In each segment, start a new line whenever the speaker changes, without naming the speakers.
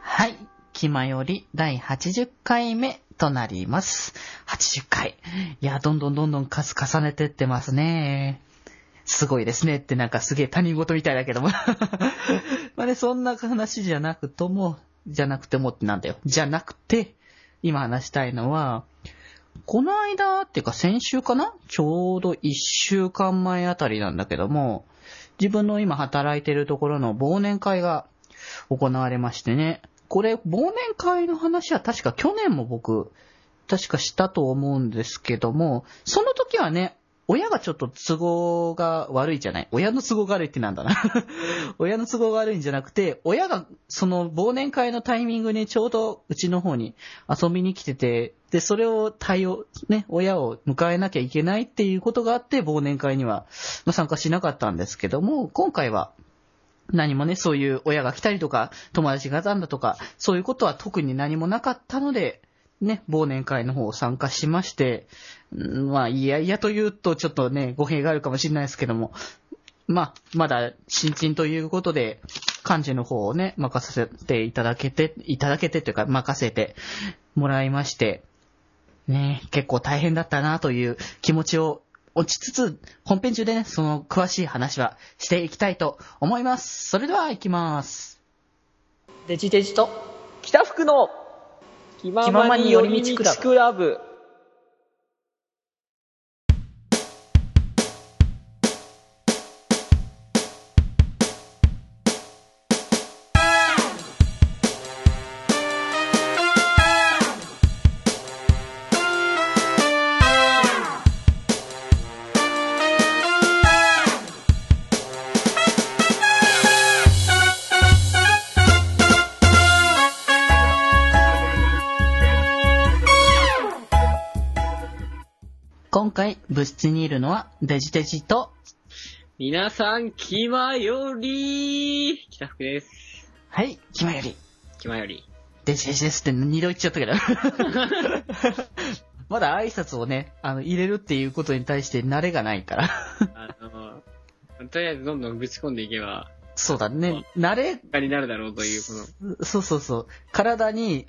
はい。気まより第80回目となります。80回。いや、どんどんどんどん数重ねてってますね。すごいですねってなんかすげえ他人事みたいだけども。 まあね、そんな話じゃなくとも、じゃなくてもってなんだよ。じゃなくて、今話したいのは、この間っていうか先週かなちょうど1週間前あたりなんだけども、自分の今働いてるところの忘年会が行われましてね。これ、忘年会の話は確か去年も僕、確かしたと思うんですけども、その時はね、親がちょっと都合が悪いじゃない。親の都合が悪いってなんだな。 親の都合が悪いんじゃなくて、親がその忘年会のタイミングにちょうどうちの方に遊びに来てて、で、それを対応、ね、親を迎えなきゃいけないっていうことがあって、忘年会にはまあ参加しなかったんですけども、今回は何もね、そういう親が来たりとか、友達がなんだとか、そういうことは特に何もなかったので、ね、忘年会の方を参加しまして、うんまあ、いやいやというとちょっとね、語弊があるかもしれないですけども、まあ、まだ新陳ということで、幹事の方をね、任せていただけて、いただけてというか、任せてもらいまして、ね、結構大変だったなという気持ちを落ちつつ、本編中でね、その詳しい話はしていきたいと思います。それでは行きます。
デジデジと
北福の気ままに寄り道クラブ
今回、部室にいるのはデジデジと、
皆さん、気まより北福です。
はい、キマより、
気まよ り。
デジデジですって二度言っちゃったけど。 まだ挨拶をね、あの、入れるっていうことに対して慣れがないから。
あの、とりあえずどんどんぶち込んでいけば、
そうだね、慣れ、
他になるだろうという、この、
そうそうそう、体に、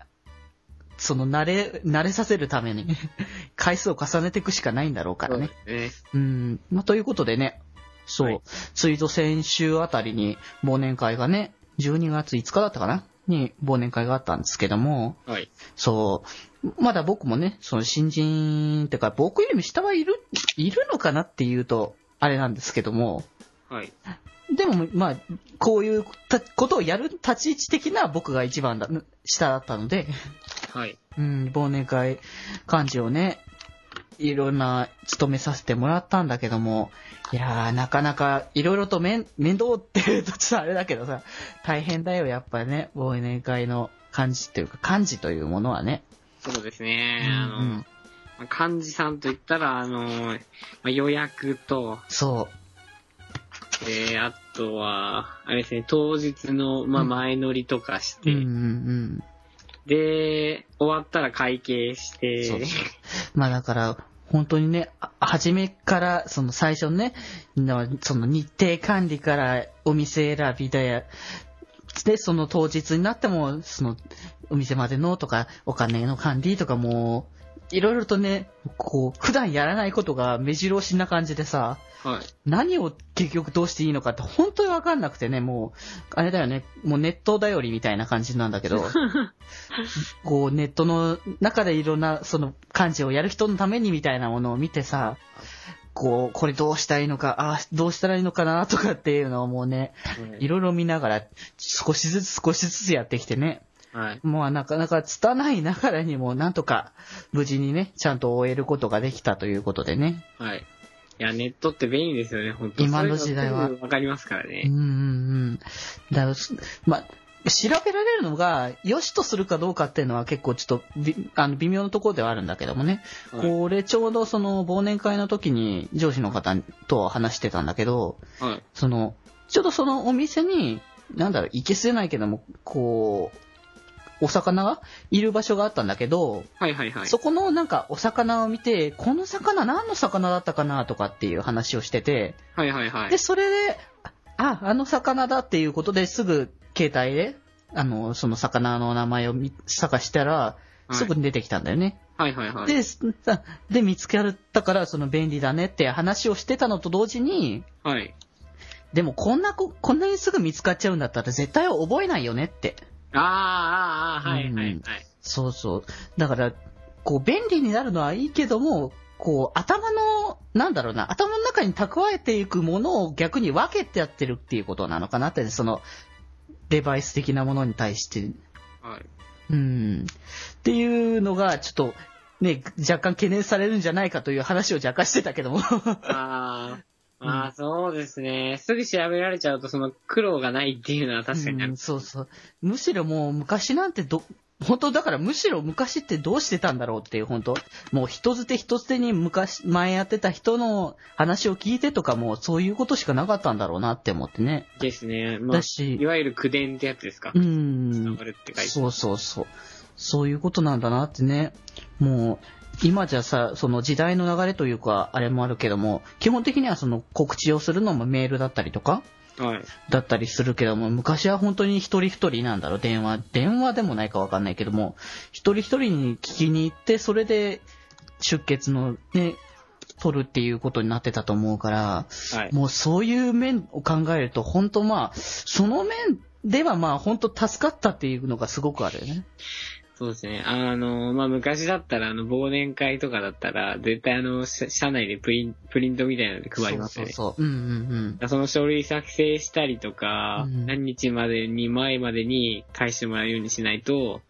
その慣れ、慣れさせるために、 回数を重ねていくしかないんだろうからね。
そうですね。
うん。まあ、ということでね、そう、
はい
ついと先週あたりに忘年会がね、12月5日だったかなに忘年会があったんですけども、
はい。
そう、まだ僕もね、その新人ってか、僕よりも下はいる、いるのかなっていうと、あれなんですけども、
はい。
でも、まあ、こういうたことをやる立ち位置的な僕が一番だ、下だったので、
はい。
うん、忘年会幹事をね、いろんな務めさせてもらったんだけども、いやー、なかなかいろいろと面、面倒って言うとちょっとあれだけどさ、大変だよ、やっぱね、忘年会の幹事っていうか、幹事というものはね。
そうですね。あの、
うん
まあ幹事さんと言ったら、あの、まあ予約と、
そ
えー、あとは、あれですね、当日の、まあ、
うん
前乗りとかし
う。う
て、
んうんうん。
で、終わったら会計して、
そうそうまあだから、本当にね、あ初めから、その最初のね、のその日程管理からお店選びで、で、その当日になっても、その、お店までのとか、お金の管理とかもう、いろいろとね、こう、普段やらないことが目白押しな感じでさ、
はい。
何を結局どうしていいのかって本当にわかんなくてね、もう、あれだよね、もうネット頼りみたいな感じなんだけど、こうネットの中でいろんなその漢字をやる人のためにみたいなものを見てさ、こう、これどうしたらいいのか、ああ、どうしたらいいのかなとかっていうのをもうね、いろいろ見ながら少しずつ少しずつやってきてね、
はい。
まあなかなか拙いながらにもなんとか無事にね、ちゃんと終えることができたということでね。
はい。いや、ネットって便利ですよね、本当
今の時代は
そういうのすぐわかりますから
うん
ね。
うんうん。だからすまあ、調べられるのが、良しとするかどうかっていうのは結構ちょっとび、あの、微妙なところではあるんだけどもね。
はい
これちょうどその、忘年会の時に上司の方と話してたんだけど、
はい。
その、ちょうどそのお店に、なんだろう、いけすれないけども、こう、お魚がいる場所があったんだけど、
はいはいはい。
そこのなんかお魚を見て、この魚何の魚だったかなとかっていう話をしてて、
はいはいはい
で、。それで、あ、あの魚だっていうことですぐ携帯であの、その魚の名前を見探したら、
い
すぐに出てきたんだよね。
はいはいはい。
で、さで、見つけられたから、その便利だねって話をしてたのと同時に、
はい。
でもこんなこ、こんなにすぐ見つかっちゃうんだったら絶対覚えないよねって。
あーあー、あーはいはいはい。
うんそうそう。だから、こう、便利になるのはいいけども、こう、頭の、なんだろうな、頭の中に蓄えていくものを逆に分けてやってるっていうことなのかなって、その、デバイス的なものに対して。
はい。
うん。っていうのが、ちょっと、ね、若干懸念されるんじゃないかという話を若干してたけども。
ああ、まあそうですね。すぐ調べられちゃうとその苦労がないっていうのは確かにあ
う
る
ん。そうそう。むしろもう昔なんてど、本当だからむしろ昔ってどうしてたんだろうっていう、本当もう人捨て人捨てに昔、前やってた人の話を聞いてとかもうそういうことしかなかったんだろうなって思ってね。
ですね。まあ
だ、し
い、わゆる口伝ってやつですか。
う
伝
ん
わ。るって書いて。
そうそうそう。そういうことなんだなってね。もう、今じゃさ、その時代の流れというか、あれもあるけども、基本的にはその告知をするのもメールだったりとか、
はい。
だったりするけども、昔は本当に一人一人なんだろう、電話、電話でもないかわかんないけども、一人一人に聞きに行って、それで出血のね、取るっていうことになってたと思うから、
はい。
もうそういう面を考えると、本当まあ、その面ではまあ本当助かったっていうのがすごくあるよね。
そうですね。あの、まあ、昔だったら、あの、忘年会とかだったら、絶対あの、社社内でプリン、プリントみたいなので配りますよね。
そうそうそう。うんうんうん。
その書類作成したりとか、
うん
何日までに前までに返してもらうようにしないと、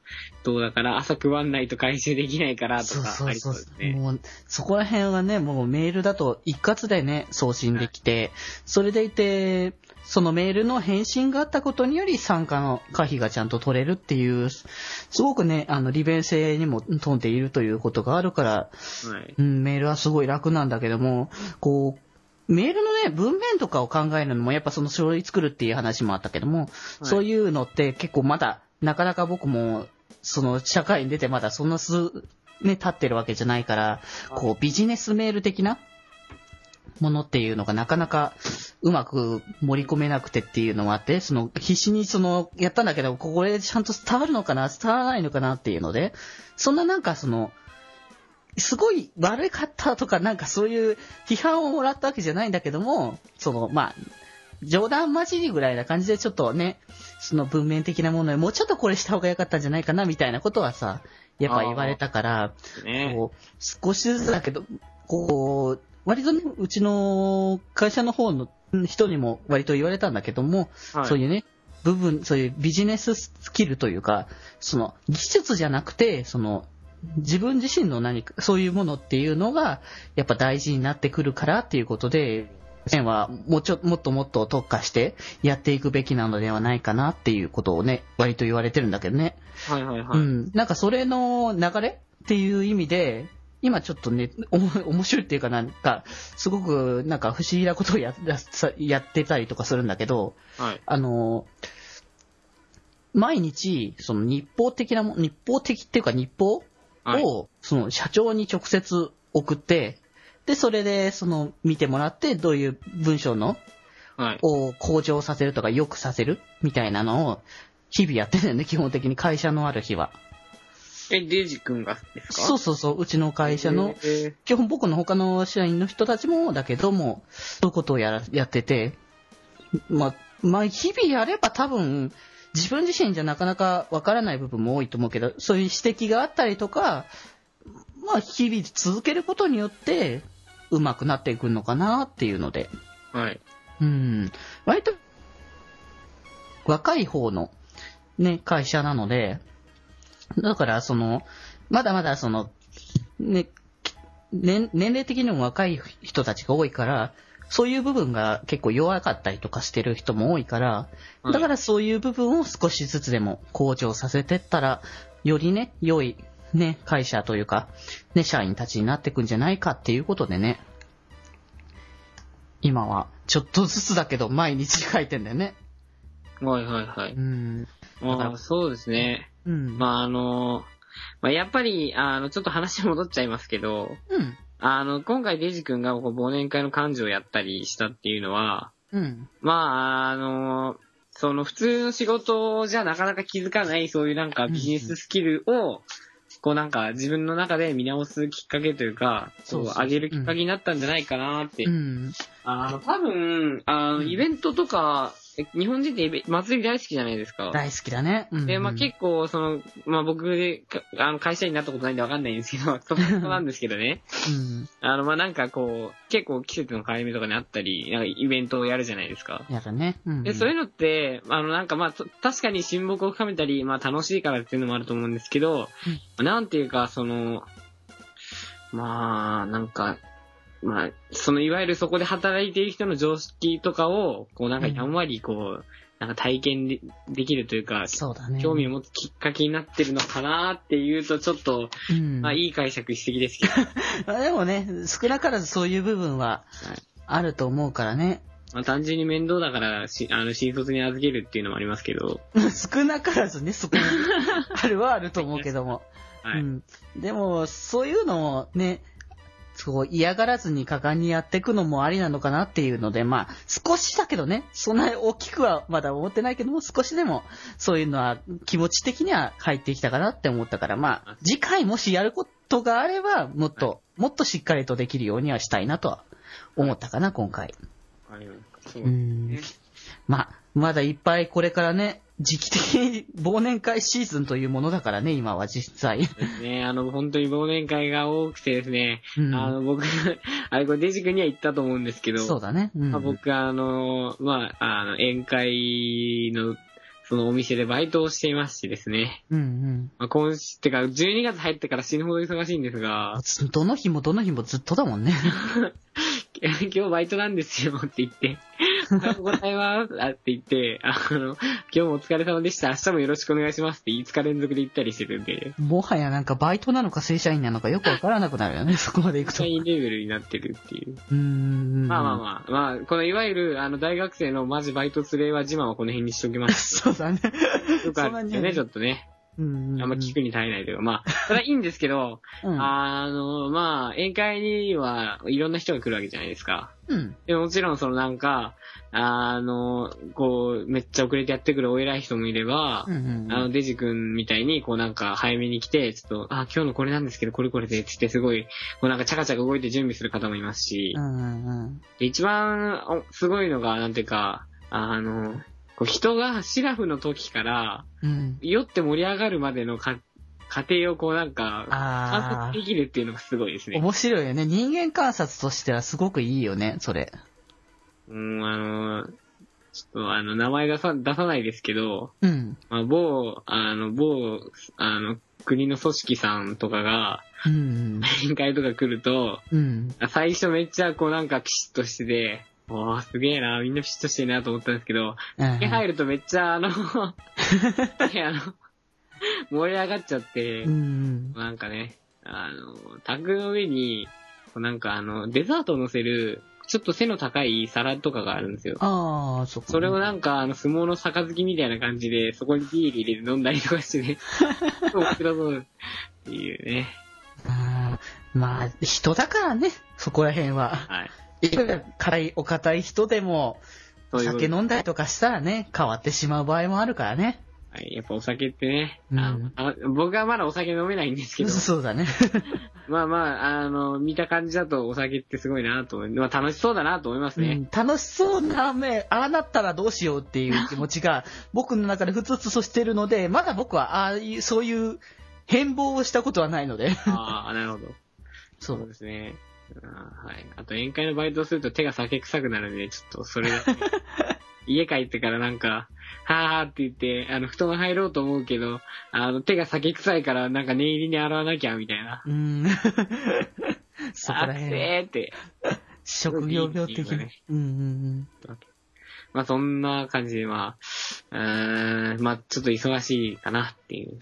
どうだから朝配んないと回収できないからと
そう
か
そ
あ
う
りそ
そうう
ですね。
もう、そこら辺はね、もうメールだと一括でね、送信できて、それでいて、そのメールの返信があったことにより参加の可否がちゃんと取れるっていう、すごくね、あの、利便性にも富んでいるということがあるから、
はい。
うん、メールはすごい楽なんだけども、こう、メールのね、文面とかを考えるのも、やっぱその書類作るっていう話もあったけども、そういうのって結構まだ、なかなか僕も、その社会に出てまだそんな数、ね、立ってるわけじゃないから、こうビジネスメール的なものっていうのがなかなかうまく盛り込めなくてっていうのもあって、その必死にそのやったんだけど、ここでちゃんと伝わるのかな、伝わらないのかなっていうので、そんななんかその、すごい悪かったとかなんかそういう批判をもらったわけじゃないんだけども、そのまあ、冗談交じりぐらいな感じでちょっとね、その文面的なものにもうちょっとこれした方が良かったんじゃないかなみたいなことはさ、やっぱ言われたから、
ですね。
こう少しずつだけど、こう、割とね、うちの会社の方の人にも割と言われたんだけども、
はい
そういうね、部分、そういうビジネススキルというか、その技術じゃなくて、その自分自身の何か、そういうものっていうのが、やっぱ大事になってくるからっていうことで、県はもうちょ、もっともっと特化してやっていくべきなのではないかなっていうことをね、割と言われてるんだけどね。
はいはいは
う
い。
ん、なんかそれの流れっていう意味で、今ちょっとね、おも 面白いっていうかなんか、すごくなんか不思議なことをややさやってたりとかするんだけど、
はい。
あの、毎日、その日報的なも、日報的っていうか日報
はい。
を、その社長に直接送って、で、それで、その、見てもらって、どういう文章の、
はい。
を向上させるとか、良くさせるみたいなのを、日々やってるよね、基本的に会社のある日は。
え、デイジ君がですか
そうそうそう、うちの会社の、
え
基本僕の他の社員の人たちもだけども、そういうことをやらやってて、まあ、まあ、日々やれば多分、自分自身じゃなかなかわからない部分も多いと思うけど、そういう指摘があったりとか、まあ、日々続けることによって、うまくなっていくのかなっていうので、
ーはい。
うん、割と、若い方の、ね、会社なので、だから、その、まだまだ、その、ね、年、年齢的にも若い人たちが多いから、そういう部分が結構弱かったりとかしてる人も多いから、
はい
だからそういう部分を少しずつでも向上させてったら、よりね、良い、ね、会社というか、ね、社員たちになってくんじゃないかっていうことでね、今は、ちょっとずつだけど、毎日書いてんだよね。。
はいはいはいう
ん。だか
あ
ら
あ、そうですね。
うん。
まああの、まあやっぱり、あの、ちょっと話戻っちゃいますけど、
うん。
あの、今回デイジ君がこう忘年会の幹事をやったりしたっていうのは、
うん。
まあ、あの、その普通の仕事じゃなかなか気づかない、そういうなんかビジネススキルを、こうなんか自分の中で見直すきっかけというか、
そうそう
こう上げるきっかけになったんじゃないかなって
うん。
あの、多分、あの、
うん
イベントとか、え日本人ってイベ祭り大好きじゃないですか。
大好きだね。うん、
で、まあ、結構、その、まあ、僕で、かあの、会社員になったことないんでわかんないんですけど、 そうなんですけどね。
うん。
あの、まあ、なんかこう、結構季節の変わり目とかにあったり、なんかイベントをやるじゃないですか。
やるね。うん。
で、そういうのって、あの、なんかまあ、と確かに親睦を深めたり、まあ、楽しいからっていうのもあると思うんですけど、なんていうか、その、まあ、なんか、まあ、その、いわゆるそこで働いている人の常識とかを、こう、なんか
うん
やんわり、こう、なんか体験でできるというか、
そうだね。
興味を持つきっかけになってるのかなっていうと、ちょっと、
うん。
まあ、いい解釈しすぎですけど、
あでもね、少なからずそういう部分はあると思うからね。
まあ、単純に面倒だから、しあの、新卒に預けるっていうのもありますけど、
少なからずね、そ こにあるはあると思うけども。
はい。
うん、でも、そういうのをね、そう嫌がらずに果敢にやっていくのもありなのかなっていうので、まあ、少しだけどね、そんな大きくはまだ思ってないけども、少しでもそういうのは気持ち的には入ってきたかなって思ったから、まあ、次回もしやることがあれば、もっと、もっとしっかりとできるようにはしたいなとは思ったかな、今回。
あれそう
う。んまあ、まだいっぱいこれからね、時期的に忘年会シーズンというものだからね、今は実際。
ですね、あの、本当に忘年会が多くてですね、
うん
あの、僕、 あれ、これ、デジ君には言ったと思うんですけど、
そうだね。うん
まあ、僕、あの、まあ、あの、宴会の、そのお店でバイトをしていますしですね、
うん
まあ、今週、てか、12月入ってから死ぬほど忙しいんです
う
が
ん。、ずどの日もどの日もずっとだもんね。
今日バイトなんですよって言って、おはようございますあって言って、あの、今日もお疲れ様でした、明日もよろしくお願いしますって5日連続で言ったりしてるんで、
もはやなんかバイトなのか正社員なのかよくわからなくなるよね、 そこまで行くと。
社員レベルになってるっていう。
うーん。
まあまあまあ、まあ、このいわゆる、あの、大学生のマジバイト連れは自慢はこの辺にしときま す。
そうだね。
よくあるんですよね、ち
そ
ょっとね。
うんうん。
あんま聞くに耐えないというか、まあ、それはいいんですけど、
うん。
あの、まあ、宴会にはいろんな人が来るわけじゃないですか。
うん。
でももちろん、そのなんか、あの、こう、めっちゃ遅れてやってくるお偉い人もいれば、
うんうん
あの、デジ君みたいに、こうなんか、早めに来て、ちょっと、あ、今日のこれなんですけど、これこれで、つってすごい、こうなんか、チャカチャカ動いて準備する方もいますし、
うんうん
で一番おすごいのが、なんていうか、あの、こう人がシラフの時から、
うん。うん。
酔って盛り上がるまでのか過程をこうなんか、観
あ
察できるっていうのがすごいです
ー。
ね。
面白いよね。人間観察としてはすごくいいよね、それ。
うん、あの、ちょっとあの、名前出さ、出さないですけど、
うん。
まあ、某、あの、某、あの、国の組織さんとかが、
うん
宴会とか来ると、
うん。うん。
最初めっちゃこうなんかピシッとしてて、おーすげえな、みんなピシッとしてるなと思ったんですけど、
うん
で入るとめっちゃあの、ねあの、盛り上がっちゃって
う、ん。
なんかね、あの、タグの上に、こうなんかあの、デザートを乗せる、ちょっと背の高い皿とかがあるんですよ。
ああ、そっか。
それをな
か。
んか、あの、相撲の杯みたいな感じで、そこにビール入れて飲んだりとかして ね。面白そう。っていうね。
まあ、人だからね、そこら辺は。
はい。
いくら辛いお堅い人でも、
そういうこと
酒飲んだりとかしたらね、変わってしまう場合もあるからね。
はい、やっぱお酒ってね、
うん
あのあ僕はまだお酒飲めないんですけど、
そうだね。
まあまあ、あの、見た感じだとお酒ってすごいなと思い、まあ楽しそうだなと思います
う
ね。
ん楽しそうな目、ああなったらどうしようっていう気持ち が、僕の中でふつふつとしてるので、まだ僕は、ああいう、そういう変貌をしたことはないので。
ああ、なるほど。
そ
そう
う。
ですね。あーはい。あと宴会のバイトをすると手が酒臭くなるんで、ちょっとそ れが、家帰ってからなんか、はーって言って、あの、布団入ろうと思うけど、あの、手が酒臭いからなんか念入りに洗わなきゃ、みたいな。
うん。 そこ
あ
ら
っ
辺、
せーって。
職業病的
いいよ
な
ね。
うんうん
まあそんな感じで、まあ、うーん、まあちょっと忙しいかなっていう。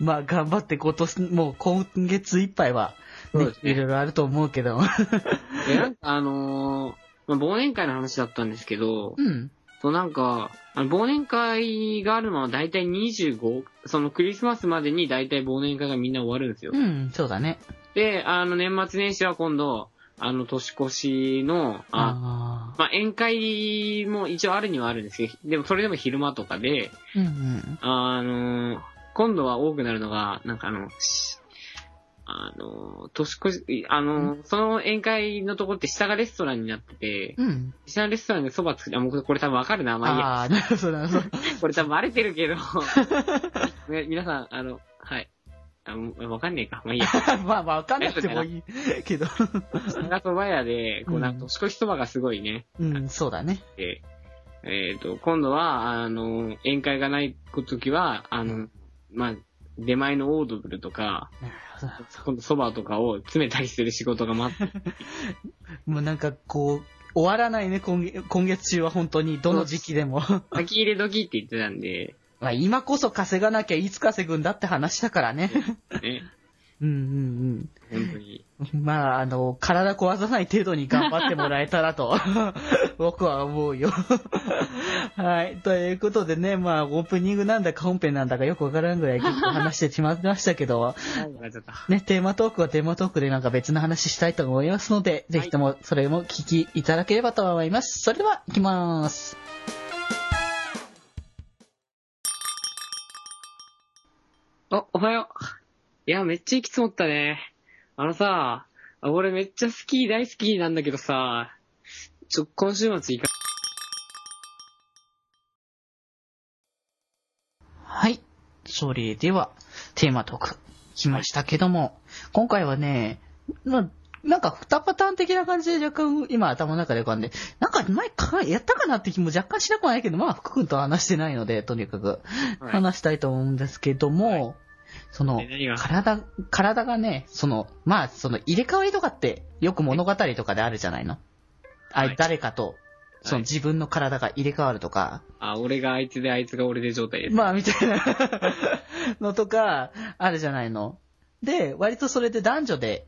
うん。まあ、頑張って今年、もう今月いっぱいは、ね
そうですね
いろいろあると思うけど。
で、なんかあのーまあ忘年会の話だったんですけど、
うん。
そうなんか、あの忘年会があるのは大体25、そのクリスマスまでに大体忘年会がみんな終わるんですよ
う。ん、そうだね。
で、あの年末年始は今度、あの年越しの、あ
ああ。
まあ、宴会も一応あるにはあるんですけど、でもそれでも昼間とかで、
うんうん。
あの、今度は多くなるのが、なんかあの、しあの、年越し、あの、その宴会のとこって下がレストランになってて、
うん。
下のレストランで蕎麦作って、あ、もうこれ多分わかるな、まあいいや。
ああ、なるほど、なるほど。
これ多分バレてるけ ど、ね皆さん、あの、はい。あもうわかんねえか。まあいい や。
まあまあ、わかんなくてもいいけど。
長蕎麦屋で、こうなんか年越し蕎麦がすごいね、
うん、そうだね。
で、えっ、と、今度は、あの、宴会がない時は、あの、まあ、出前のオードブルとか、
なるほど。
今度蕎麦とかを詰めたりする仕事が 待ってる。
もうなんかこう、終わらないね、今月今月中は本当に、どの時期でも。
先入れ時って言ってたんで、
まあ今こそ稼がなきゃいつ稼ぐんだって話だからね。
ね、
うんうん
本当に。
うん。まあ、あの、体壊さない程度に頑張ってもらえたらと、 僕は思うよ。 はい。ということでね、まあ、オープニングなんだか本編なんだかよくわからんぐらい結構話してしまいましたけど、
あちょっと
ね、テーマトークはテーマトークでなんか別の話したいと思いますので、ぜひともそれも聞きいただければと思います。それでは、行きます。
お、おはよう。いや、めっちゃ息積もったね。あのさ、あ俺めっちゃスキー大好きなんだけどさ、ちょ、今週末行か、
はい。それでは、テーマトーク、来ましたけども、今回はね、ななんか二パターン的な感じで若干今頭の中で浮かんで、なんか前かやったかなって気も若干しなくはないけど、まあ福君とは話してないので、とにかく
はい
話したいと思うんですけども、その
え、何が
体、体がね、その、まあ、その入れ替わりとかってよく物語とかであるじゃないの。あ、
はい
誰かと、その
はい
自分の体が入れ替わるとか、
あ、俺があいつであいつが俺で状態です。
まあ、みたいな のとか、あるじゃないの。で、割とそれで男女で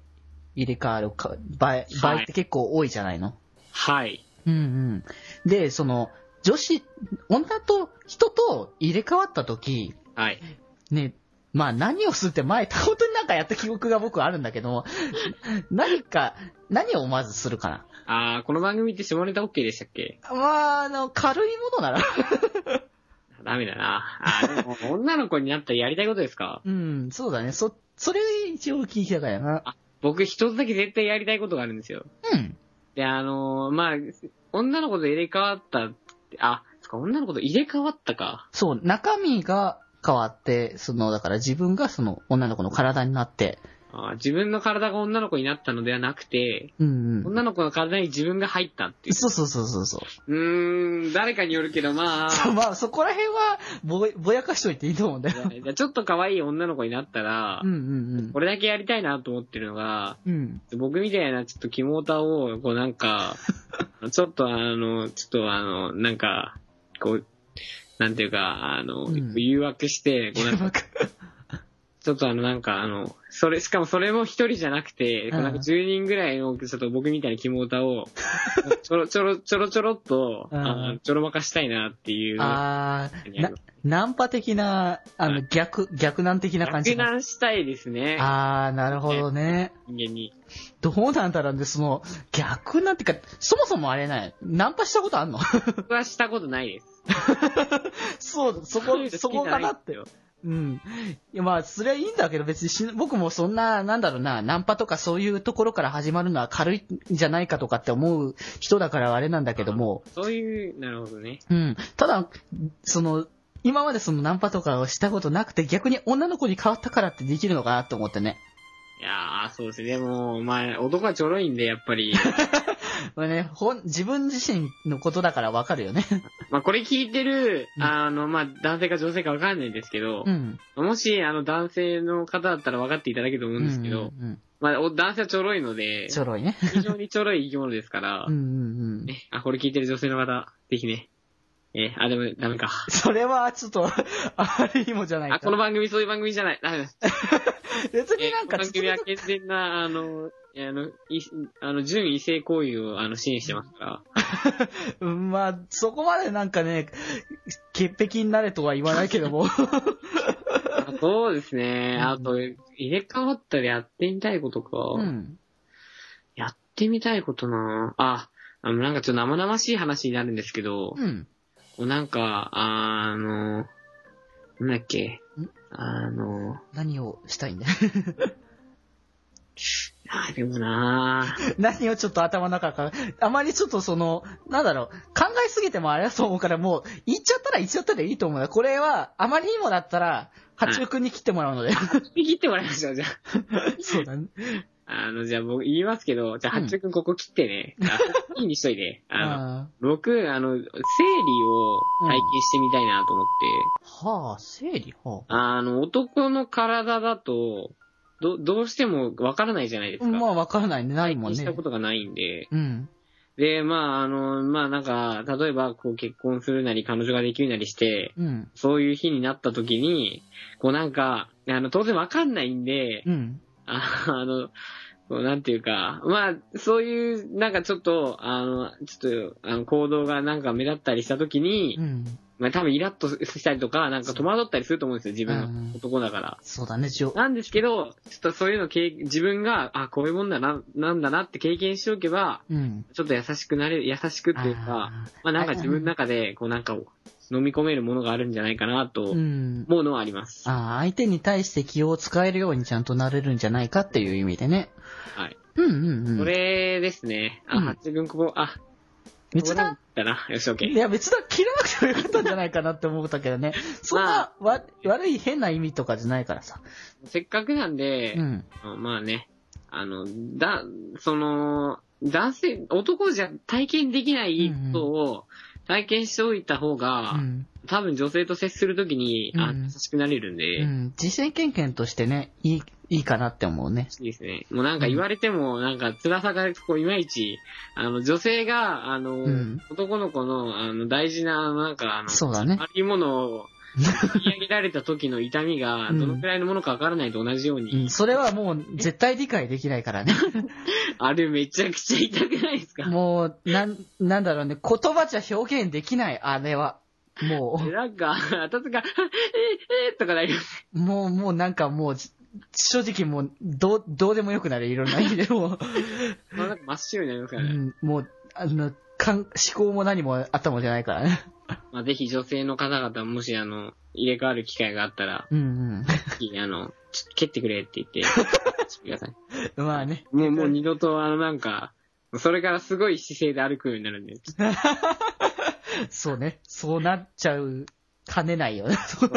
入れ替わるか場合場合って結構多いじゃないの。
はい。
うんうん。で、その、女子、女と人と入れ替わった時、
はい。
ね、まあ何をするって前、本当になんかやった記憶が僕はあるんだけど、 何か、何をまずするかな。
あー、この番組って下ネタ OK でしたっけ
まあ、あの、軽いものなら。
ダメだな。あー、でも 女の子になったらやりたいことですか
うん、そうだね。そ、それ一応聞いたからな。
僕一つだけ絶対やりたいことがあるんですよ。
うん。
で、あのー、まあ、女の子と入れ替わったって、あ、そっか、女の子と入れ替わったか。
そう、中身が変わって、その、だから自分がその女の子の体になって、
あー自分の体が女の子になったのではなくて、
うん、うん。
女の子の体に自分が入ったっていう。
そうそうそうそうそう
ーん、誰かによるけど、まあ、
う。まあ、そこら辺はぼ、ぼやかしといていいと思うんだよ。
じゃあちょっと可愛い女の子になったら
うん、うん
これだけやりたいなと思ってるのが、
うん。うん。
僕みたいなちょっとキモータを、こうなんか、ちょっとあの、ちょっとあの、なんか、こう、なんていうか、あの、
うん
誘惑して、こうなんか、
わかる
ちょっとあの、なんかあの、それ、しかもそれも一人じゃなくて、こうな
う
んか
ん
10人ぐらいの、ちょっと僕みたいなキモ ータを、ちょろちょろ、ちょろちょろっと、
うん
あのちょろまかしたいなっていう。
あーな、ナンパ的な、あの、逆、逆難的な感
落
じの。
難したいですね。
あー、なるほどね。
人間に。
どうなんだろうね、その、逆なんてか、そもそもあれない。ナンパしたことあんの
僕はしたことないです。
そう、そ
そういう
こ、
の好き
そこ
じ
か
ゃない
なっ
っ
てて。
よ
うん。いや、まあ、それはいいんだけど、別にし、僕もそんな、なんだろうな、ナンパとかそういうところから始まるのは軽いんじゃないかとかって思う人だからあれなんだけども、
そういう、なるほどね。
うん。ただ、その、今までそのナンパとかをしたことなくて、逆に女の子に変わったからってできるのかなと思ってね。
いやー、そうですね。でも、まあ、男はちょろいんで、やっぱり。
これね、ほん、自分自身のことだからわかるよね。
まあ、これ聞いてる
う、ん
あの、まあ、男性か女性かわかんないんですけど
う、ん。
もし、あの、男性の方だったら分かっていただけると思うんですけど、
うんうん
まあ、お男性はちょろいの
う
で
ん。、ちょろいね。
非常にちょろい生き物ですから
う、んうんうん。
ね、あ、これ聞いてる女性の方、ぜひね、えあ、でも、ダメか。
それは、ちょっと、 あれにもじゃないか。
あ、この番組そういう番組じゃない。ダメだ
別に
え
なん
こ
か
の番組は健全な、あの、あの、いあの純異性行為をあの支援してます から。
うん、まあ、そこまでなんかね、潔癖になれとは言わないけども。
あそうですね。
うん
あと、入れ替わったらやってみたいことか。
うん。
やってみたいことなあ、あの、なんかちょっと生々しい話になるんですけど、
うん。
なんか、あの、なんだっけ
ん、
あの、
何をしたいんだ
あーでもなー
何をちょっと頭の中から、あまりちょっとその、なんだろう、考えすぎてもあれだと思うから、もう、言っちゃったら言っちゃったでいいと思うよこれは、あまりにもだったら、八尾くん に切ってもらうので。
切ってもらいましょう、じゃあ。
そうだね。
あの、じゃあ僕言いますけど、じゃあ、
うん
八中くんここ切ってね。あいいにしとい て。あの、
あ
僕、あの、生理を体験してみたいなと思って、
はあ、生理は
あの、男の体だと、ど、どうしてもわからないじゃないです
あ。
か。
まあ、わからないね。ない
体
もん
験し
ね
た。ことがないんで。
うん。
で、まあ、あの、まあ、なんか、例えば、こう、結婚するなり、彼女ができるなりして、
うん。
そういう日になった時に、こう、なんか、あの、当然わかんないんで、
うん。
ああの、こうなんていうか、まあ、そういう、なんかちょっと、あの、ちょっと、あの、行動がなんか目立ったりしたときに、
うん。
まあ多分イラッとしたりとか、なんか戸惑ったりすると思うんですよ、自分
うん
の男だから。
そうだね、一応。
なんですけど、ちょっとそういうの経、自分が、あ、こういうもんだな、なんだなって経験しておけば、
うん。
ちょっと優しくなれる、優しくっていうか、
あ
まあなんか自分の中で、こうなんか、飲み込めるものがあるんじゃないかな
ー
と
う、ん。
思うのはあります。
ああ、相手に対して気を使えるようにちゃんとなれるんじゃないかっていう意味でね。
はい。
うんうんうん。
これですね。あ、
うん
八分ここ、あ、
別だ
ここなんだな。よし、オッケ
い
ー。
や、別段切らなくてもよかったんじゃないかなって思ったけど ね。そんな、わ、悪い変な意味とかじゃないからさ。
せっかくなんで
う、ん。
まあね、あの、だ、その、男性、男じゃ体験できないことを体験しておいた方が、
うん。
多分女性と接するときに、あ
うん
優しくなれるんで、
うん。実践経験としてね、いい、いいかなって思うね。
いいですね。もうなんか言われても、なんか辛さが、こう、いまいち、あの、女性が、あの、
うん
男の子の、あの、大事な、なんか、あの、
そうだね。
悪いものを、引き上げられた時の痛みが、
うん
どのくらいのものかわからないと同じよう
う
に、
ん。それはもう絶対理解できないからね。
あれめちゃくちゃ痛くないですか
もう、なん、なんだろうね。言葉じゃ表現できない、あれは。も
えなんか、たつが、え、え、とかなります。
う、もう、もうなんかもう、じ正直もう、どう、どうでもよくなる、いろんな意味で も。
まあ、なんか真っ白になりま
う
すからね。
ん、もう、あの、かん思考も何も頭じゃないからね。
まあ、ぜひ女性の方々、もし、あの、入れ替わる機会があったら、
うん
ぜひあの、ちょっと蹴ってくれって言って、してく ださい。
うん。 まあね。
もう、もう二度と、あの、なんか、それからすごい姿勢で歩くようになるんで、ちょっ
そうね。そうなっちゃう、兼ねないよ ね。
と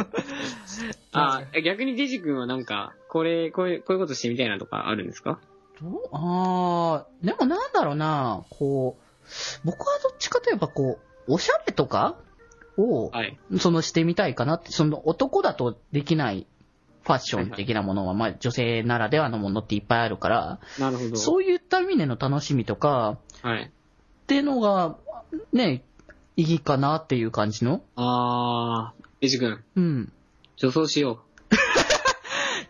あ、え逆にデジ君はなんか、これ、こういう、こういうことしてみたいなとかあるんですか
どうああ、でもなんだろうな、こう、僕はどっちかといえばこう、おしゃれとかを、
はい。
そのしてみたいかなって、その男だとできないファッション的なものは、まあ女性ならではのものっていっぱいあるから、
なるほど。
そういった意味での楽しみとか、
はい。
っていうのが、ね、いいかなっていう感じの。
あー、デジ君、
うん。
女装しよ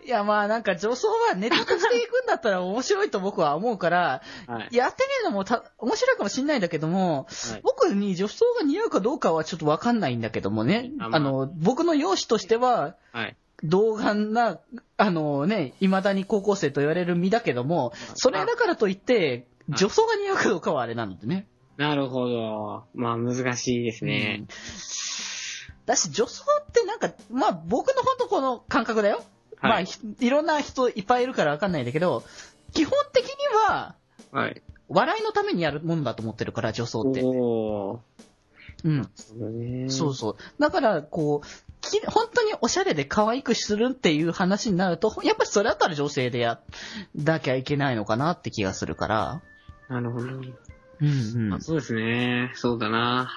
いやまあなんか女装はネタとしていくんだったら面白いと僕は思うから、
う。はい。
やってみるのもた面白いかもしんないんだけども、
はい
僕に女装が似合うかどうかはちょっとわかんないんだけどもね、
あ
あ
まあ
の、僕の容姿としては、
はい。
童顔な、あのね、未だに高校生と言われる身だけども、それだからといって、
あ
女装が似合うかどうかはあれなのでね。
なるほど。まあ、難しいですね。
うんだし、女装ってなんか、まあ僕のほんとこの感覚だよ。
はい
まあひいろんな人いっぱいいるからわかんないんだけど、基本的には、
はい。
笑いのためにやるもんだと思ってるから、女装って。
おー。
うん。
そうね。
そうそう。だから、こう、き本当におしゃれで可愛くするっていう話になると、やっぱりそれだったら女性でや、なきゃいけないのかなって気がするから。
なるほど。
うん
あそうですね。そうだな。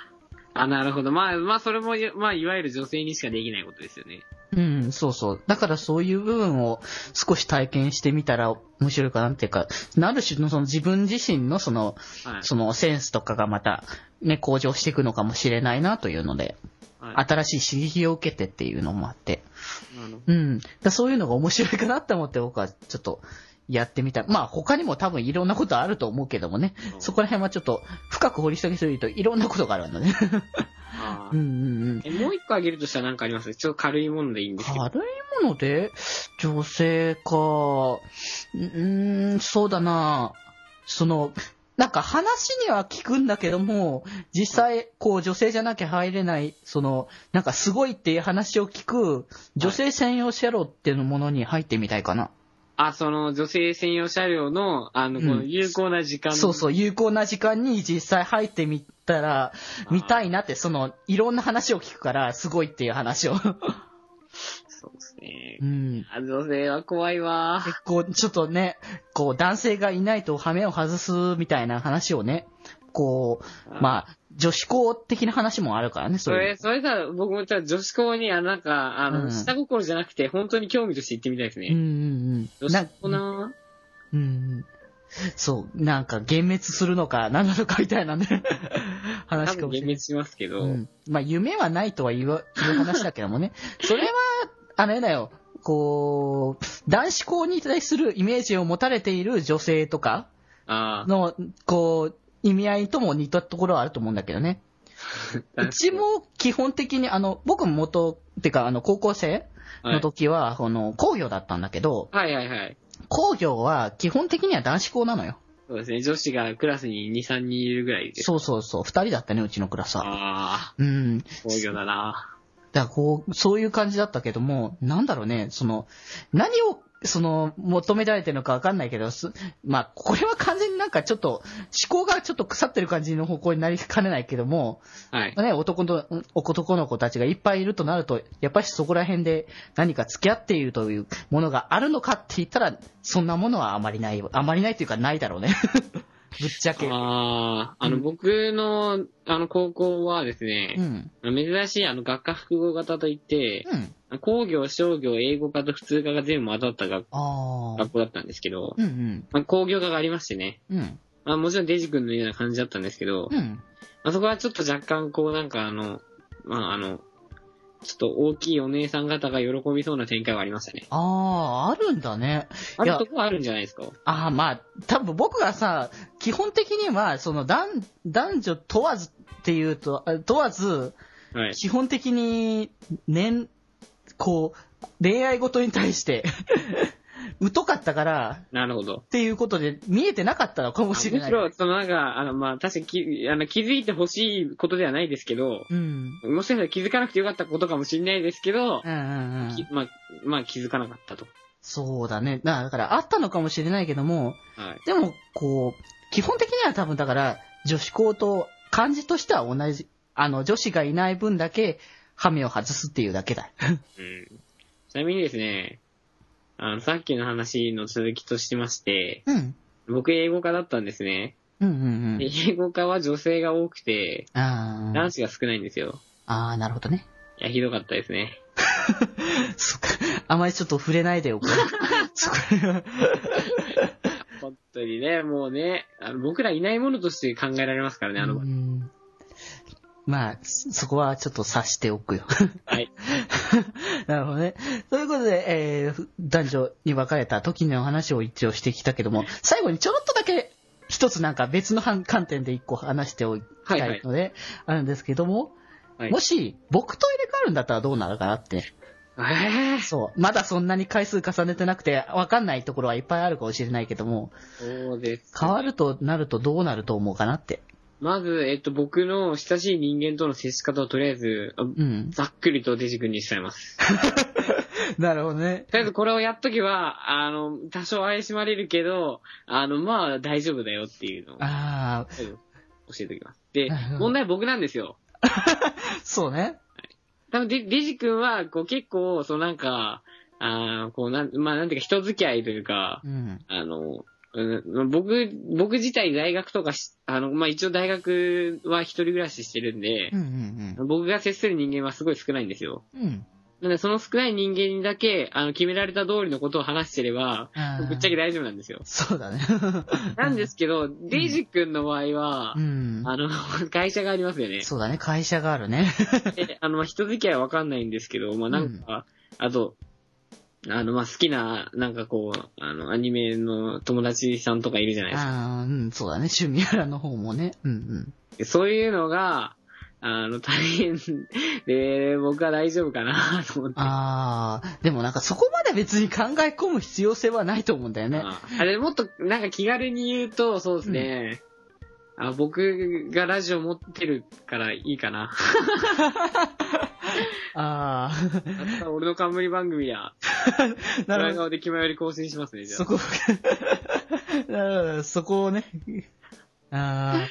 あ、なるほど。まあ、まあ、それも、まあ、いわゆる女性にしかできないことですよね。
うん。うん、そうそう。だからそういう部分を少し体験してみたら面白いかなっていうか、なる種のその自分自身のその、
はい。
そのセンスとかがまた、ね、向上していくのかもしれないなというので、
はい、
新しい刺激を受けてっていうのもあって。
なるほ
う
ど
ん。だからそういうのが面白いかなって思って僕はちょっとやってみたい。まあ他にも多分いろんなことあると思うけどもね。そこら辺はちょっと深く掘り下げすぎるといろんなことがあるの ね。
あ
う
ー
んうんうん。
えもう一個あげるとしたら何かありますちょっと軽いものでいいんですけど。
軽いもので女性か。うーん、そうだな。その、なんか話には聞くんだけども、実際、こう女性じゃなきゃ入れない、その、なんかすごいっていう話を聞く、女性専用車両っていうものに入ってみたいかな。
あ、その女性専用車両の、あの、
うん
この有効な時間、
そうそう、有効な時間に実際入ってみたら、
あー
見たいなって、その、いろんな話を聞くから、すごいっていう話 を。
そうですね
う。ん。
あ女性は怖いわ。
結構、ちょっとね、こう、男性がいないと羽目を外すみたいな話をね、こう、まあ、女子校的な話もあるからね、
そ
そういう
れ、
の。
それさ、僕もさ、女子校に、あなんか、あの、
うん
下心じゃなくて、本当に興味として行ってみたいです
うん
ね。
うんう
女
ん。
子校
うん
な
うん。そう、なんか、幻滅するのか、何なのかみたいなね、
多
話
分
かもしれない
幻滅。しますけど、
うん。まあ、夢はないとは言わ、言う話だけども ね。それは、あれだよ。こう、男子校に対するイメージを持たれている女性とか
あ
の、こう、意味合いとも似たところはあると思うんだけどね。
あ。
うちも基本的に、あの、僕も元、てか、あの、高校生
は
の
い、
時は、この、工業だったんだけど、
はいはいはい。
工業は基本的には男子校なのよ。
そうですね。女子がクラスに2、3人いるぐらいです。
そうそうそう、二人だったね、うちのクラスは。
ああ、
うん。
工業だな。
だからこう、そういう感じだったけども、なんだろうね、その、何を、その、求められてるのかわかんないけど、すまあ、これは完全になんかちょっと、思考がちょっと腐ってる感じの方向になりかねないけども、
はい。
ね、男の、うん男の子たちがいっぱいいるとなると、やっぱりそこら辺で何か付き合っているというものがあるのかって言ったら、そんなものはあまりない、あまりないというかないだろうね。 ぶっちゃけ。
ああ、あの、
うん
僕の、あの、高校はです
う
ね、
ん。
珍しい、あの、学科複合型といって、
うん。
工業、商業、英語科と普通科が全部混ざった学
ああ
学。校だったんですけど、
うんうん。
まあ、工業科がありましてね、
うん。
まあ、もちろんデジ君のような感じだったんですけど、
うん。
まあ、そこはちょっと若干こうなんかあの、まああの、ちょっと大きいお姉さん方が喜びそうな展開はありましたね。
ああ、あるんだね。
あ
いや
るとこはあるんじゃないですか
ああ、まあ、多分僕がさ、基本的には、その男、男女問わずっていうと、あ問わず、
はい。
基本的に、年、こう、恋愛事に対して、 疎かったから、
なるほど。
っていうことで、見えてなかったのかも
む
し
し
れない。
ろ、そのなんか、あの、まあ、確かにきあの気づいてほしいことではないですけど、
うん。
もしかしたら気づかなくてよかったことかもしれないですけど、
うんうんう
き
ん。
まあ、まあ、気づかなかったと。
そうだね。だだから、あったのかもしれないけども、
はい。
でも、こう、基本的には多分だから、女子校と漢字としては同じ、あの、女子がいない分だけ、ハメを外すっていうだけだ。
うん。ちなみにですね、あの、さっきの話の続きとしまして、
うん。
僕英語科だったんですね。
うんうんう
で
ん。
英語科は女性が多くて、
あー
男子が少ないんですよ。
あー、なるほどね。
いや、ひどかったですね。
そっか。あまりちょっと触れないでおく。 そこら
本当にね、もうね、あの僕らいないものとして考えられますからね、あの、
うんまあ、そそこはちょっと察しておくよ。
はい。
なるほどね。ということで、えー男女に分かれた時の話を一応してきたけども、最後にちょろっとだけ、一つなんか別の観観点で一個話しておきた
はいはいい
ので、あるんですけども、
はい
もし僕と入れ替わるんだったらどうなるかなって。
えー
そう。まだそんなに回数重ねてなくて、わかんないところはいっぱいあるかもしれないけども、
そうです。
変わるとなるとどうなると思うかなって。
まず、えっと、僕の親しい人間との接し方をとりあえず、あ
うん。
ざっくりとデジ君に伝えます。
なるほどね。
とりあえずこれをやっとけば、あの、多少怪しまれるけど、あの、まあ大丈夫だよっていうのを、はい
あ
教えておきます。で
なるほ、ど
問題は僕なんですよ。
あ、そうね。
多分デデジ君は、こう結構、そのなんか、あーこうなん、まあなんていうか人付き合いというか、
うん。
あの、うん僕、僕自体大学とかし、あの、まあ、一応大学は一人暮らししてるんで
う、んうん
僕が接する人間はすごい少ないんですよ。
うん。うん。
なので、その少ない人間にだけ、あの、決められた通りのことを話してれば、
あー
ぶっちゃけ大丈夫なんですよ。
そうだ ね。
なんですけど、デイジ君の場合は
う、ん。
あの、 会社がありますよね。
そうだね、会社があるね。
で、あの、まあ人付き合いはわかんないんですけど、まあ、なんか、あと、あの、まあ、好きな、なんかこう、あの、アニメの友達さんとかいるじゃないですか。
ああ、うん、そうだね、趣味やらの方もね。うん
でそういうのが、あの、大変で、僕は大丈夫かなと思っ
うん。
て。
ああ、でもなんかそこまで別に考え込む必要性はないと思うんだよね。
ああれ、もっと、なんか気軽に言うと、そうですね。あ僕がラジオ持ってるからいい かな。
あ
あとは俺の冠番組や、
あ、な
ド
る
ヤ
ほど。
顔で気前より更新しますね、じゃ
そこ、 なるほど、そこをね。あ
あ。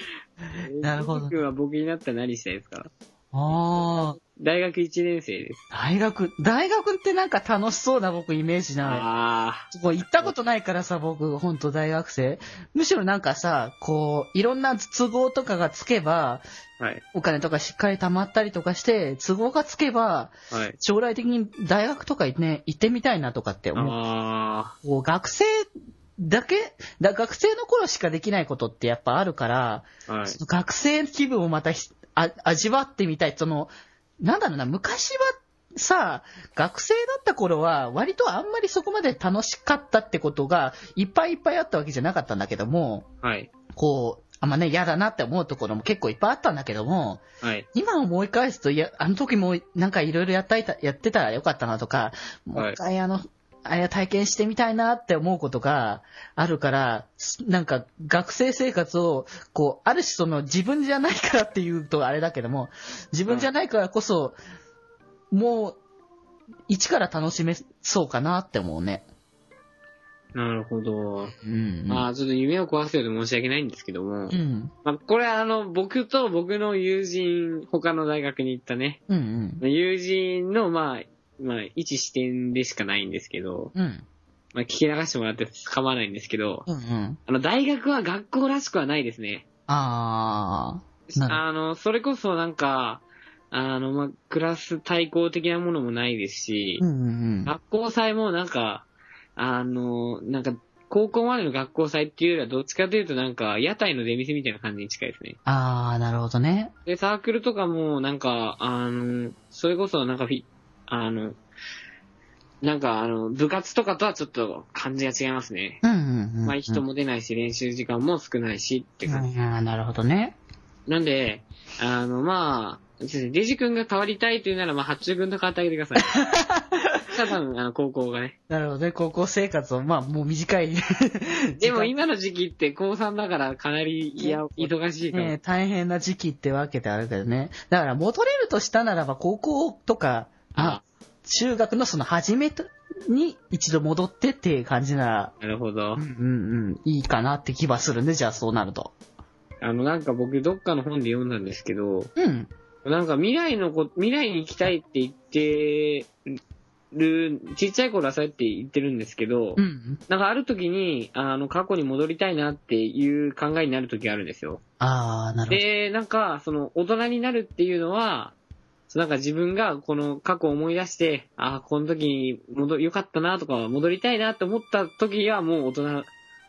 なるほど
ジ君は僕になったら何したいですか
あ、ああ、
大学1年生です。
大学、大学ってなんか楽しそうな僕イメージなのよ。
あ
そこ行ったことないからさ、僕、ほんと大学生。むしろなんかさ、こう、いろんな都合とかがつけば、
あ、はい、
お金とかしっかり貯まったりとかして、都合がつけば、
はい。
将来的に大学とか行ってね、行ってみたいなとかって思う。
あ
こう学生だけだ学生の頃しかできないことってやっぱあるから、
あ、はい。
その学生気分をまたひあ味わってみたい。その、なんだろうな、昔はさ、学生だった頃は割とあんまりそこまで楽しかったってことがいっぱいいっぱいあったわけじゃなかったんだけども、
はい。
こう、あんまね、嫌だなって思うところも結構いっぱいあったんだけども、
はい。
今思い返すと、いや、あの時もなんかいろいろやったいた、やってたらよかったなとか、もう一回あの、あれは体験してみたいなって思うことがあるから、すなんか学生生活を、こう、ある種その自分じゃないからっていうとあれだけども、自分じゃないからこそ、もう、一から楽しめそうかなって思うね。
なるほど。
うん、うん。
まあ、ちょっと夢を壊すようで申し訳ないんですけども
う。ん。
まあ、これあの、僕と僕の友人、他の大学に行ったね、
うんうん。
友人の、まあ、まあ、一視点でしかないんですけど、
うん。
まあ、聞き流してもらって構わないんですけど、
うんうん。
あの、大学は学校らしくはないですね。
あなるほど
あの、それこそなんか、あの、まあ、クラス対抗的なものもないですし
ー。う、んうんうん。
学校祭もなんか、あの、なんか、高校までの学校祭っていうよりは、どっちかというとなんか、屋台の出店みたいな感じに近いですね。
あー、なるほどね。
で、サークルとかも、なんか、あの、それこそなんかフィ、あの、なんか、あの、部活とかとはちょっと感じが違いますね。
うんうんうんうん。
まあ、人も出ないし、練習時間も少ないしって感じ。
ああ、なるほどね。
なんで、あの、まあ、そうですねデジ君が変わりたいというなら、まあ、八中君と変わってあげてください。 そしたら多分、あの、高校がね。
なるほどね。高校生活を、まあ、もう短い。
でも今の時期って高3だからかなり、いや、忙しいから。
ね、大変な時期ってわけであるけどね。だから、戻れるとしたならば、高校とか、あ、中学のその初めとに一度戻ってっていう感じなら、
なるほど
うん。うんうん、いいかなって気はするね。じゃあ、そうなると。
あの、なんか僕どっかの本で読んだんですけど、
うん。
なんか未来のこ、未来に行きたいって言ってる、ちっちゃい頃はそうやって言ってるんですけど、
うん。
なんかある時に、あの、過去に戻りたいなっていう考えになる時があるんですよ。
ああ、なる
で、なんか、その、大人になるっていうのは、そうなんか自分がこの過去を思い出して、ああ、この時に戻、良かったなとか、戻りたいなって思った時はもう大人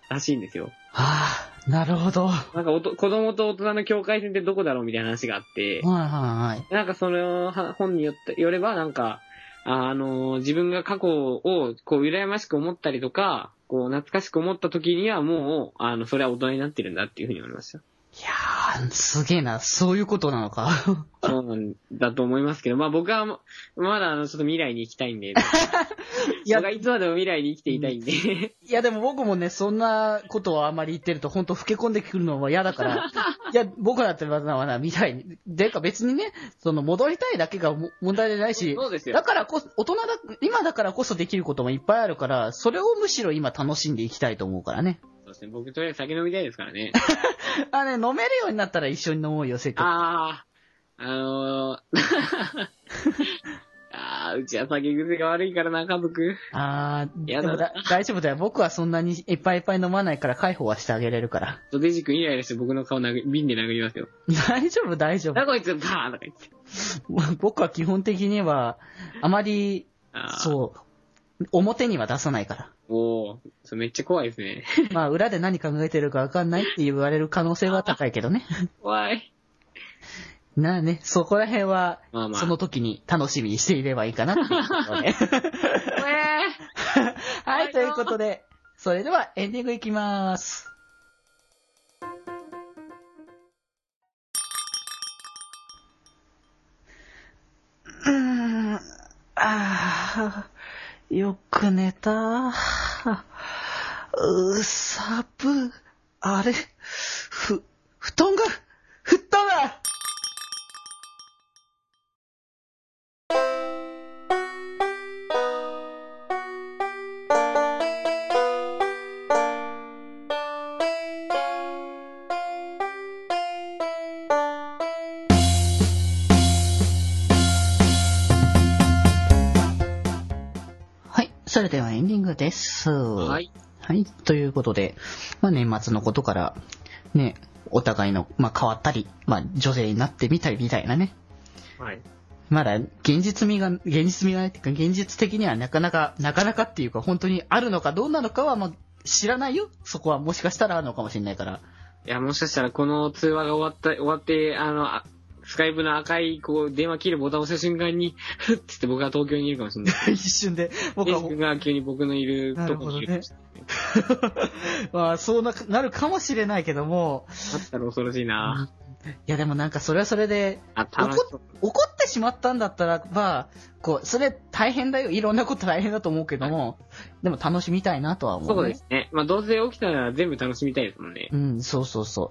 らしいんですよ。
ほど。ああ、なるほど。は
なんかおと、子供と大人の境界線ってどこだろうみたいな話があって
い、はいはい。
なんかそのは本によって、よればなんか、ああのー、自分が過去を、こう、羨ましく思ったりとか、こう、懐かしく思った時にはもう、あの、それは大人になってるんだっていうふうに思いました。
いやー、すげえな。そういうことなのか。
そうなんだと思いますけど、まあ僕はままだあの、ちょっと未来に行きたいん で、
いや
僕はいつまでも未来に生きていたいんで、
いやでも僕もね、そんなことをあまり言ってると、本当老け込んでくるのは嫌だ から、いや、僕だってまだまだ未来に、でか別にね、その戻りたいだけがも問題じゃないし、
そうです
だ
よ。
からこそ、大人だ、今だからこそできることもいっぱいあるから、それをむしろ今楽しんでいきたいと思うから ね。
そうですね、僕とりあえず酒飲みたいですか らね。
あね、飲めるようになったら一緒に飲もうよ、せっか
あー、あのー、 あー、うちは酒癖が悪いからな、家族。
く。あー、で
やだ
もだ大丈夫だよ。僕はそんなにいっぱいいっぱい飲まないから、解放はしてあげれるから。
とデジ君イライラして僕の顔殴り瓶で殴りますよ。
大丈夫、大丈
な
夫。
んだこいつ、バーンとか言って。
僕は基本的には、あまり、
あー
そう。表には出さない から。
おー、それめっちゃ怖いです ね。
まあ、裏で何考えてるかわかんないって言われる可能性は高いけど ね。
怖い。
なあね、そこら辺は、
まあまあ。
その時に楽しみにしていればいいかなっていうことで
えー
はい、ということで、それではエンディングいきます。うーん、ああ、よく寝た。うーさぶ、あれ、ふ、布団がそれではエンディングです。
は。い。
はい。ということで、まあ、年末のことから、ね、お互いの、まあ、変わったり、まあ、女性になってみたりみたいなね。
はい。
まだ、現実味が、現実味がないっていうか、現実的にはなかなか、なかなかっていうか、本当にあるのかどうなのかは、まあ、知らないよ。そこはもしかしたらあるのかもしれないから。
いや、もしかしたらこの通話が終わった、終わって、あの、あスカイプの赤い、こう、電話切るボタンを押した瞬間に、 ふっつって僕が東京にいるかもしれない。
一瞬で、僕
レ
は
イ、君が急に僕のいるとこにいるかもしれない。
まあ、そうな、なるかもしれないけども、
あったら恐ろしいな。
いやでもなんかそれはそれで、
あ、楽しそう。
怒ってしまったんだったらば、こう、それ大変だよ。いろんなこと大変だと思うけども、でも楽しみたいなとは思う、ね。
そうですね。まあ、どうせ起きたら全部楽しみたいですもんね。
うん、そうそうそ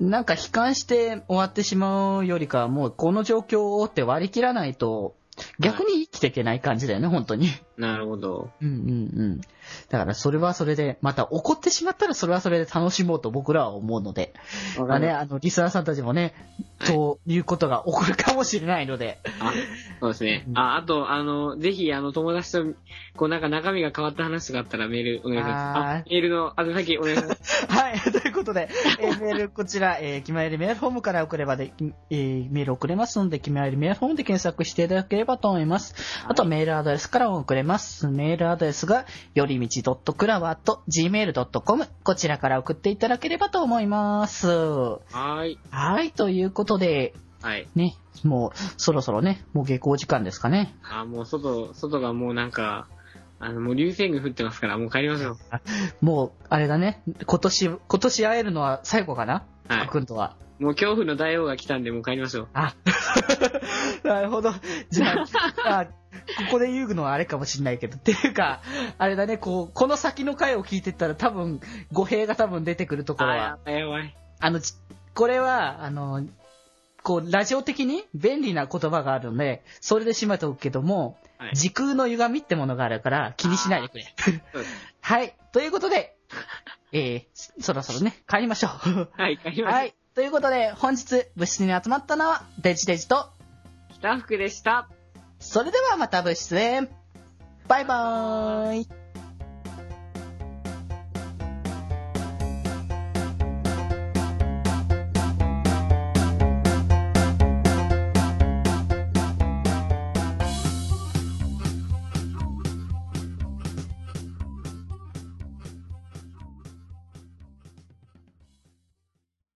う。なんか悲観して終わってしまうよりかは、もうこの状況をって割り切らないと、逆に生きていけない感じだよね、本当に。
なるほど。
うんうんうん。だからそれはそれで、また怒ってしまったらそれはそれで楽しもうと僕らは思うので、
わ
ま
か
あ
り
ね、
ま
あの、リスナーさんたちもね、ということが起こるかもしれないので、
したあそうですね。あ、あと、あの、ぜひ、あの、友達と、こう、なんか中身が変わった話とかあったらメールお願いします。
あ
あ、メールの宛先お願いします。
はい、 ということで、えーメール、こちら、えー、決まりメールフォームから送ればで、えーメール送れますので、決まりメールフォームで検索していただければと思います。あと、メールアドレスからも送れます。メールアドレスが、よりみち .cloud.gmail.com、こちらから送っていただければと思います。は
はーい。
い、ということで、
はい。
ね、もう、そろそろね、もう下校時間ですかね。
あ、もう外、外がもうなんか、あの、もう流星群降ってますから、もう帰りましょう。
もう、あれだね、今年、今年会えるのは最後かな
はい
あくんとは。
もう恐怖の大王が来たんで、もう帰りましょう。
あ、 なるほど。じゃあ、あここで言うのはあれかもしれないけど、っていうか、あれだね、こう、この先の回を聞いてったら多分、語弊が多分出てくるところ
あ、
は
や、ばいやばい。
あの、ちこれは、あの、こう、ラジオ的に便利な言葉があるので、それでしまっておくけども、
はい。
時空の歪みってものがあるから、気にしないでくれ。
そうです
はい。ということで、えー、そろそろね、帰りましょう。
はい、帰りましょう。
はい。ということで、本日、部室に集まったのは、デジデジと、
北福でした。
それではまた部室へ。バイバーイ。